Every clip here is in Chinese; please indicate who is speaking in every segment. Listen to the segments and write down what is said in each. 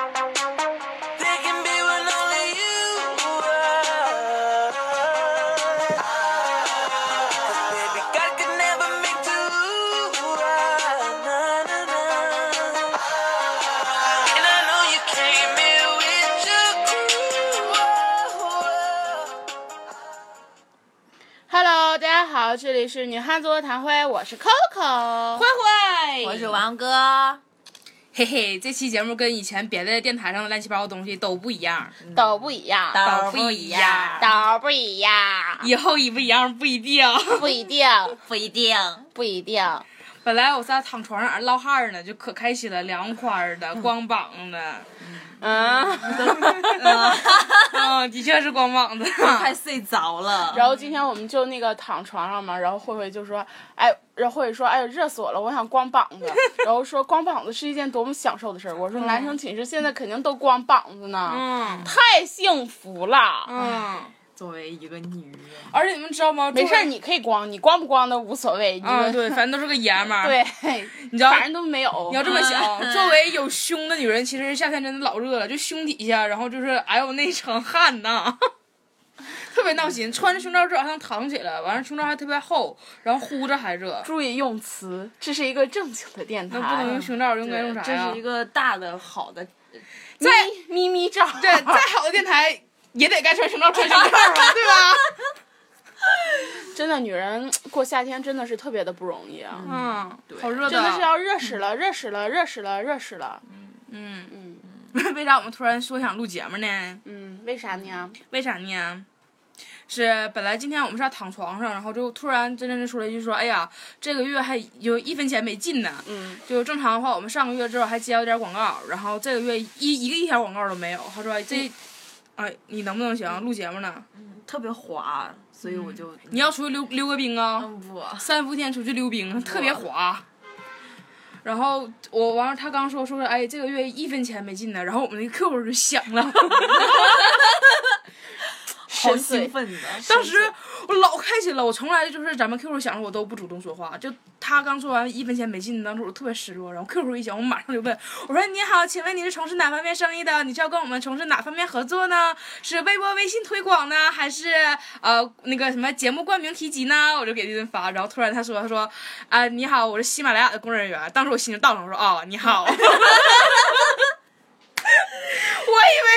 Speaker 1: There can be when only you are. Cause baby, God can never make two. Na, na, na. And I know you came here with your crew.
Speaker 2: Hello，大家好，这里是女汉子座谈会，我是 Coco，
Speaker 3: 慧慧，
Speaker 4: 我是王哥，
Speaker 3: 嘿嘿，这期节目跟以前别的电台上的乱七八糟东西都不一样，
Speaker 2: 都不一样，
Speaker 3: 都不一样
Speaker 2: 都不一样，
Speaker 3: 以后一不一样不一 定。
Speaker 2: 不一定，
Speaker 4: 不一定。
Speaker 2: 不一定。
Speaker 3: 本来我在躺床上唠汗儿呢，就可开心了，凉快儿的，光膀的，
Speaker 2: 嗯，
Speaker 3: 嗯，的确是光膀 子。
Speaker 4: 快睡着 了，
Speaker 2: 然后今天我们就那个躺床上嘛，然后慧慧就说，哎，然后慧慧说，哎，热死我了，我想光膀 子。然后说光膀子是一件多么享受的事儿。我说男生寝室现在肯定都光膀子呢，
Speaker 3: 嗯
Speaker 2: 太幸福了。
Speaker 3: 嗯，
Speaker 4: 作为一个女人，
Speaker 3: 而且你们知道吗？
Speaker 2: 没事儿，
Speaker 3: 你
Speaker 2: 你可以光，你光不光都无所谓。你
Speaker 3: 啊，
Speaker 2: 就
Speaker 3: 对，反正都是个爷们儿。，
Speaker 2: 嗯对，
Speaker 3: 你知道
Speaker 2: 反正都没有。
Speaker 3: 你要这么 想，作为有胸的女人，其实夏天真的老热了，就胸底下，然后就是哎呦那层汗呐， 特别闹心。穿着胸罩热，好像躺起来，完了胸罩还特别厚，然后呼着还热。
Speaker 2: 注意用词，这是一个正经的电台。
Speaker 3: 那不能用胸罩，应该用啥
Speaker 4: 这
Speaker 3: 呀
Speaker 4: 是一？个大的好的，
Speaker 3: 再
Speaker 2: 咪咪照，
Speaker 3: 对，再好的电台也得该穿胸罩穿胸罩吧，对吧？
Speaker 2: 真的女人过夏天真的是特别的不容易啊，
Speaker 3: 嗯，好热
Speaker 2: 真的是要热死了，热死了，热死了，热死了。
Speaker 3: 嗯，
Speaker 2: 嗯
Speaker 3: 为啥我们突然说想录节目呢？
Speaker 2: 嗯，为啥呢？
Speaker 3: 为啥呢？是本来今天我们是要躺床上，然后就突然真真的说了一句说，哎呀，这个月还有一分钱没进呢。
Speaker 2: 嗯，
Speaker 3: 就正常的话，我们上个月之后还接到点广告，然后这个月一一个一条广告都没有。他说这，哎，你能不能行？录节目呢？
Speaker 4: 特别滑，所以我就
Speaker 3: 你要出去溜溜个冰啊？
Speaker 4: 嗯 不，
Speaker 3: 三伏天出去溜冰，特别滑。然后我完了，他刚说说，哎，这个月一分钱没进呢。然后我们那个 QQ 就响了，
Speaker 4: 好
Speaker 2: 深
Speaker 4: 兴
Speaker 2: 邃。
Speaker 4: 奋的，
Speaker 3: 当时我老开心了。我从来就是咱们 QQ 响了，我都不主动说话。就他刚说完一分钱没进，当时我特别失落。然后 QQ 一响，我马上就问我说：“你好，请问你是从事哪方面生意的？你是要跟我们从事哪方面合作呢？是微博、微信推广呢，还是呃那个什么节目冠名提及呢？”我就给这顿发。然后突然他说：“他说啊、你好，我是喜马拉雅的工作人员。”当时我心里荡上，我说：“啊、你好。” 我以为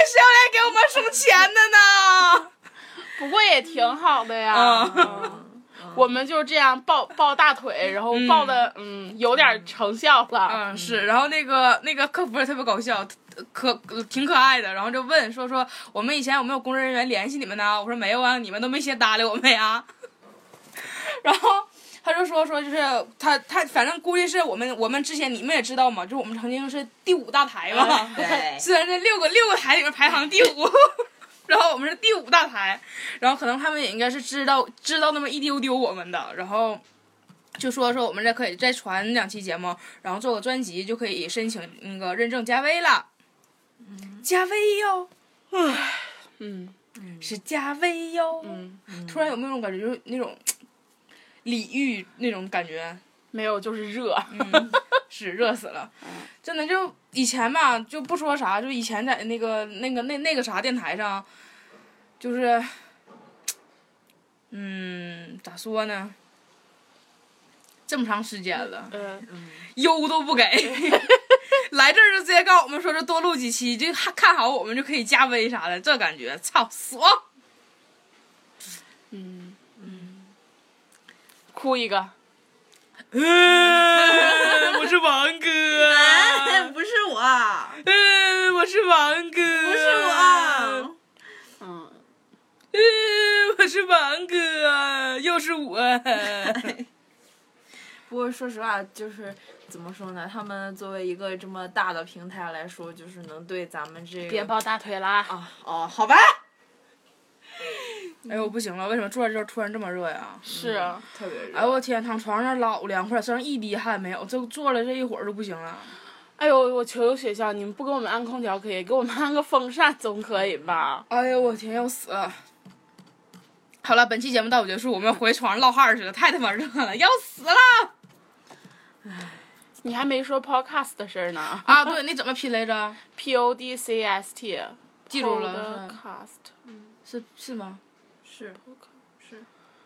Speaker 3: 是要来给我们送钱的呢。
Speaker 2: 不过也挺好的呀
Speaker 3: 嗯。
Speaker 2: 嗯我们就这样抱抱大腿，然后抱的嗯有点成效了。
Speaker 3: 嗯，是，然后那个那个客服也特别搞笑，可挺可爱的，然后就问说说我们以前有没有工作人员联系你们呢？我说没有啊，你们都没先搭理我们呀。 然后他就说说就是他他反正估计是我们我们之前你们也知道嘛，就是我们曾经是第五大台嘛，
Speaker 4: 对，
Speaker 3: 虽然这六个六个台里面排行第五， 然后我们是第五大台，然后可能他们也应该是知道知道那么一丢丢我们的，然后就说说我们这可以再传两期节目，然后做个专辑就可以申请那个认证加微了。加微哟，
Speaker 2: 嗯
Speaker 3: 是加微哟。
Speaker 2: 嗯，
Speaker 3: 突然有没有那种感觉，就是那种礼遇那种感觉？
Speaker 2: 没有就是热。
Speaker 3: 是热死了，
Speaker 4: 嗯
Speaker 3: 真的就以前吧，就不说啥，就以前在那个那个那那个啥电台上，就是，嗯，咋说呢？这么长时间了，
Speaker 2: 嗯，
Speaker 3: 优都不给，
Speaker 4: 嗯
Speaker 3: 来这儿就直接告诉我们说是多录几期，就还看好我们就可以加微啥的，这感觉操爽！
Speaker 2: 嗯，哭一个。
Speaker 3: 嗯，我是王哥，啊
Speaker 4: 哎， 不是我，啊
Speaker 3: 嗯，我是王哥，啊
Speaker 4: 不是我，啊
Speaker 2: 嗯，
Speaker 3: 嗯， 我是王哥，又是 我。
Speaker 4: 不过说实话，就是怎么说呢？他们作为一个这么大的平台来说，就是能对咱们这个
Speaker 2: 别抱大腿啦。
Speaker 4: 啊哦，好吧，
Speaker 3: 哎呦，不行了，为什么坐在这儿突然这么热呀？哎
Speaker 2: 是啊，
Speaker 4: 特别热
Speaker 3: 哎呦我天，躺床上老凉快，身上一滴汗没有，这坐了这一会儿就不行了。
Speaker 2: 哎呦，我求求学校，你们不给我们安空调可以，给我们安个风扇总可以吧？
Speaker 3: 哎呦，我天，要死了！好了，本期节目到此结束，我们回床上唠汗儿去了，太他妈热了，要死了！
Speaker 2: 你还没说 podcast 的事儿呢
Speaker 3: 啊，对，你怎么拼来着？
Speaker 2: ，p o d c s t，
Speaker 3: 记住了，
Speaker 2: podcast，
Speaker 3: 是是是吗？
Speaker 4: 是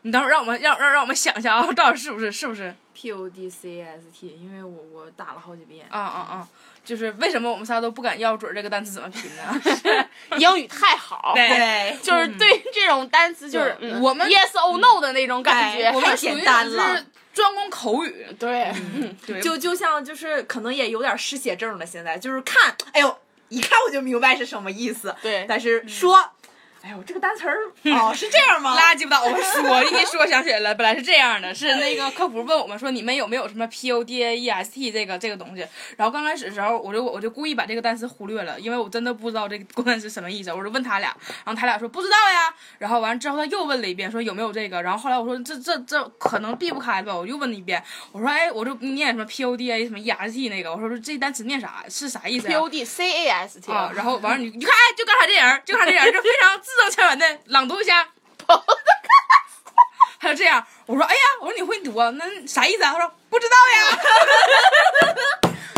Speaker 3: 你等会儿让我们让让让我们想一下啊，到底是不是是不是？
Speaker 4: P O D C S T，因为我我打了好几遍。
Speaker 3: 啊啊啊！就是为什么我们仨都不敢要准儿这个单词怎么拼呢？
Speaker 2: 英语太好，
Speaker 4: 对，
Speaker 2: 就是对这种单词就是
Speaker 3: 嗯对
Speaker 2: 嗯
Speaker 3: 我们
Speaker 2: yes or no 的那种感
Speaker 4: 对
Speaker 2: 觉
Speaker 3: 我，们
Speaker 4: 太
Speaker 3: 属于
Speaker 4: 简单
Speaker 3: 就
Speaker 4: 了
Speaker 3: 是专攻口语，
Speaker 2: 对，
Speaker 3: 对，啊
Speaker 4: 就就像就是可能也有点失写症了，现在就是看，哎呦，一看我就明白是什么意思。
Speaker 2: 对
Speaker 4: 但是说，哎呦，这个单词 儿哦是这样吗？
Speaker 3: 拉鸡巴倒吧说，一说想起来了，本来是这样的，是那个客服问我们说你们有没有什么 P O D A E S T 这个这个东西，然后刚开始的时候我就我就故意把这个单词忽略了，因为我真的不知道这个功能是什么意思，我就问他俩，然后他俩说不知道呀，然后完了之后他又问了一遍说有没有这个，然后后来我说这这这可能避不开吧，我又问了一遍，我说哎我就念什么 P O D A 什么 E S T 那个，我说这单词念啥是啥意思、
Speaker 2: p
Speaker 3: 呀？
Speaker 2: o d c a s t，
Speaker 3: 啊，然后完了你你看，哎，就刚才这人儿，就刚才这人儿，就非常字正腔圆的朗读一下。 还有这样，我说，哎呀，我说你会读啊？那啥意思啊？他说不知道呀。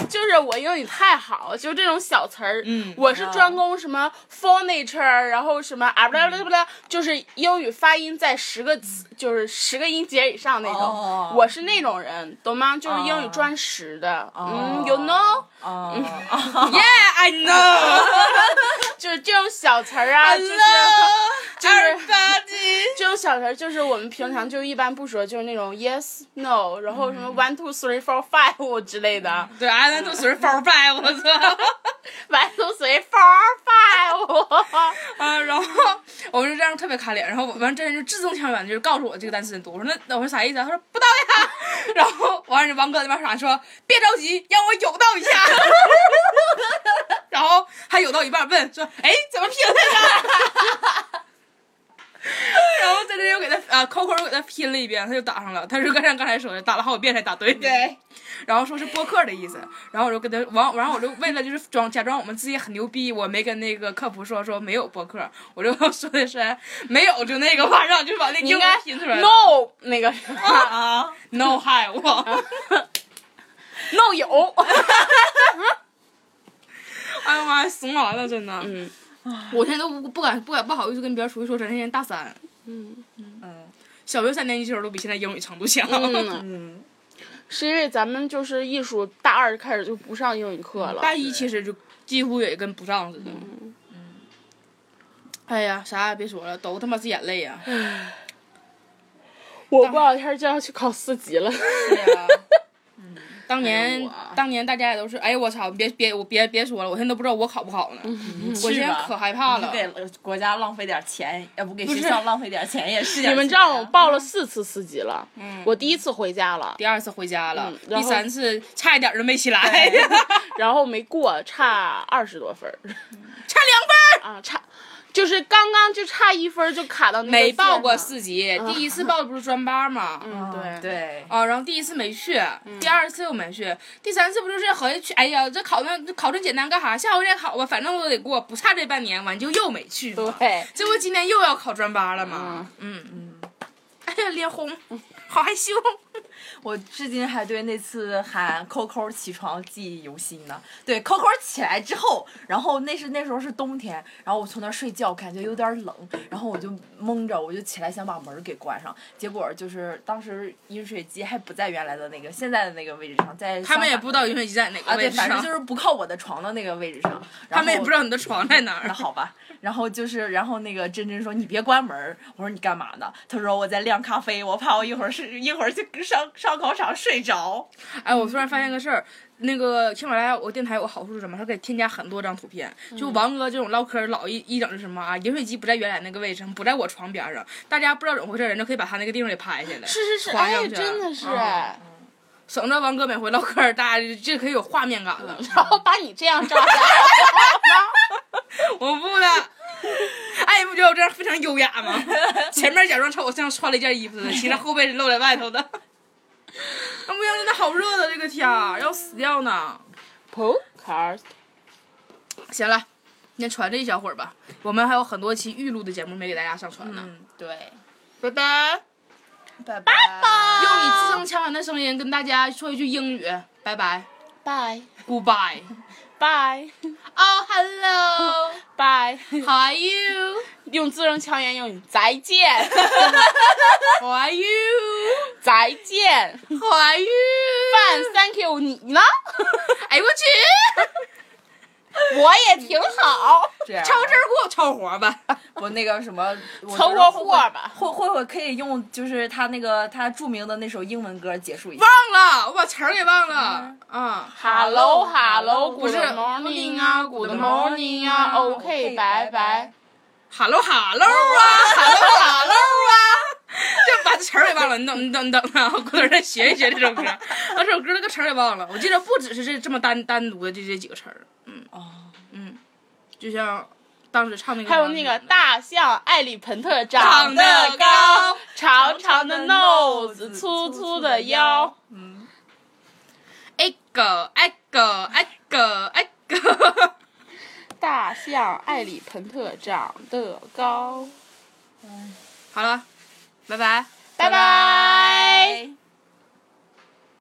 Speaker 2: 就是我英语太好，就这种小词儿，
Speaker 3: 嗯
Speaker 2: 我是专攻什么 furniture，然后什么啊不啦不啦不啦，就是英语发音在十个词，就是十个音节以上那种，
Speaker 4: 哦
Speaker 2: 我是那种人，懂吗？就是英语专十的，嗯，you know，
Speaker 4: 哦，
Speaker 3: yeah, I know.
Speaker 2: 就是这种小词儿啊，就 是。
Speaker 3: Hello,
Speaker 2: 是
Speaker 3: everybody.
Speaker 2: 这种小词儿就是我们平常就一般不说，就是那种 yes no，然后什么 one two three four five 之类的
Speaker 3: 对，I want to s u r v i v 我操。
Speaker 2: ，one two three four five，
Speaker 3: 啊，然后我就这样特别卡脸，然后我完这人就字正腔圆的就告诉我这个单词怎么读，我说那那我说啥意思啊？他说不知道呀。 然后完了，王哥那边啥说别着急，让我有到一下。 然后还有到一半问说哎怎么拼的呢？ 然后在这又给他啊，扣扣又给他拼了一遍，他就打上了。他就刚像刚才说的，打了好几遍才打对。
Speaker 4: 对，
Speaker 3: 然后说是播客的意思，然后我就跟他完，然后我就为了就是装假装我们自己很牛逼，我没跟那个客服说说没有播客，我就说的是没有就那个吧，然后就把那
Speaker 2: 你
Speaker 3: 英
Speaker 2: 应
Speaker 3: 文
Speaker 2: 该
Speaker 3: 拼出来了
Speaker 2: no 那个
Speaker 4: 啊，
Speaker 3: no hi 我，
Speaker 2: no 有。
Speaker 3: 哎呀妈呀，怂完了真的，
Speaker 2: 嗯，
Speaker 3: 我现在都不敢不敢不好意思跟别人出去说，咱现在大三，
Speaker 2: 嗯
Speaker 3: 嗯，小学三年级时候都比现在英语程度强，
Speaker 2: 嗯，
Speaker 4: 嗯，
Speaker 2: 是因为咱们就是艺术大二开始就不上英语课 了。
Speaker 3: 大一其实就几乎也跟不上似的，嗯，哎呀，啥也别说了，都他妈是眼泪呀、
Speaker 2: 嗯我过两天就要去考四级了。
Speaker 3: 对哎呀、嗯当年、
Speaker 2: 哎呦我
Speaker 3: 当年大家也都是，哎我操，别别我别别说了，我现在都不知道我考不考呢，
Speaker 2: 嗯
Speaker 3: 我现在可害怕了。
Speaker 4: 给国家浪费点钱，要不给学校浪费点钱也 是。
Speaker 2: 你们知道我报了四次四级了，
Speaker 3: 嗯
Speaker 2: 我第一次回家了，
Speaker 3: 第二次回家了，
Speaker 2: 嗯然
Speaker 3: 第
Speaker 2: 后
Speaker 3: 三次差一点就没起 来，差两
Speaker 4: 对
Speaker 2: 然后没过，差二十多分儿
Speaker 3: 分儿，
Speaker 2: 啊，差。就是刚刚就差一分儿就卡到那个
Speaker 3: 没报
Speaker 2: 线
Speaker 3: 过
Speaker 2: 了
Speaker 3: 四级，
Speaker 2: 啊
Speaker 3: 第一次报的不是专八吗？嗯
Speaker 2: 对
Speaker 4: 哦对，
Speaker 3: 啊，然后第一次没去，
Speaker 4: 嗯
Speaker 3: 第二次又没去，第三次不就是合计去？哎呀，这考那考这简单干啥？下回再考吧，反正我都得过，不差这半年，完就又没去嘛。
Speaker 2: 对，
Speaker 3: 这不今年又要考专八了吗？嗯嗯，哎呀，脸红，好害 羞。
Speaker 4: 我至今还对那次喊 “Coco 起床”记忆犹新呢。对，Coco 起来之后，然后那是那时候是冬天，然后我从那儿睡觉，感觉有点冷，然后我就蒙着，我就起来想把门儿给关上，结果就是当时饮水机还不在原来的那个现在的那个位置上，在
Speaker 3: 他们也
Speaker 4: 相反
Speaker 3: 不知道饮水机在哪
Speaker 4: 啊，
Speaker 3: 个位
Speaker 4: 对，
Speaker 3: 置
Speaker 4: 反
Speaker 3: 上，
Speaker 4: 正就是不靠我的床的那个位置上，
Speaker 3: 他们也
Speaker 4: 然
Speaker 3: 不
Speaker 4: 后
Speaker 3: 知道你的床在哪
Speaker 4: 那
Speaker 3: 儿。
Speaker 4: 好吧，然后就是，然后那个珍珍说你别关门儿，我说你干嘛呢？他说我在晾咖啡，我怕我一会儿是一会儿去上上考场睡着。
Speaker 3: 哎，我突然发现个事儿，那个喜马拉雅我电台有个好处是什么？它可以添加很多张图片。就王哥这种唠嗑儿老一一整是什么啊？饮水机不在原来那个位置上，不在我床边儿上，大家不知道怎么回事儿，人家可以把他那个地方给拍下来，
Speaker 2: 是是是，
Speaker 3: 传
Speaker 2: 哎
Speaker 3: 上
Speaker 2: 呀，
Speaker 3: 去
Speaker 2: 真的是，
Speaker 3: 嗯
Speaker 2: 啊
Speaker 3: 省着王哥每回唠嗑儿，大家就这可以有画面感了。
Speaker 2: 然后把你这样照下 来，
Speaker 3: 我不了。哎，你不觉得我这样非常优雅吗？前面假装穿我像穿了一件衣服似的，其实后背是露在外头 啊的。那不行，真的好热的这个天儿，要死掉呢。
Speaker 2: 噗，牌儿，
Speaker 3: 行了，先传这一小会儿吧，我们还有很多期预录的节目没给大家上传呢。
Speaker 4: 嗯，
Speaker 3: 对，
Speaker 2: 拜拜。
Speaker 4: 拜拜拜
Speaker 3: 用你字正腔圆的声音跟大家说一句英语，拜拜
Speaker 2: 拜
Speaker 3: ，Goodbye。
Speaker 2: 拜
Speaker 3: Oh, hello,
Speaker 2: 拜，
Speaker 3: how are you?
Speaker 2: 用字正腔圆英语，再见，
Speaker 3: How are you?
Speaker 2: 再见。
Speaker 3: How are you?
Speaker 2: 饭，thank you，你呢？
Speaker 3: 哎呦我去，
Speaker 2: 我也挺好，
Speaker 4: 这样
Speaker 3: 抽针儿给我抽活儿吧。
Speaker 4: 啊我那个 什么，我
Speaker 2: 凑合
Speaker 4: 觉得
Speaker 2: 活
Speaker 4: 慧慧
Speaker 2: 吧。
Speaker 4: 慧慧慧可以用，就是他那个他著名的那首英文歌结束一下。
Speaker 3: 忘了，我把词儿给忘了。啊，
Speaker 2: Hello, hello,
Speaker 4: hello,
Speaker 2: good
Speaker 3: 是
Speaker 2: morning 啊，good morning 啊，OK，拜拜。
Speaker 3: hello hello 啊
Speaker 2: 哦
Speaker 3: ，hello hello 啊，这 把这词儿给忘了。你等你等你等啊，我过段儿再学一学这首歌。我这首歌那个词儿给忘了。我记得不只是这这么单单独的这这几个词儿，嗯
Speaker 4: 哦，
Speaker 3: 嗯，就像当时唱那个，
Speaker 2: 还有那个大象埃里彭特
Speaker 3: 长
Speaker 2: 得
Speaker 3: 得高，
Speaker 2: 长长的 nose，粗粗的腰。，
Speaker 4: 嗯，
Speaker 3: 哎狗哎狗哎狗哎 狗，
Speaker 2: 大象埃里彭特长得高。
Speaker 3: 好了，拜拜。
Speaker 2: 拜拜。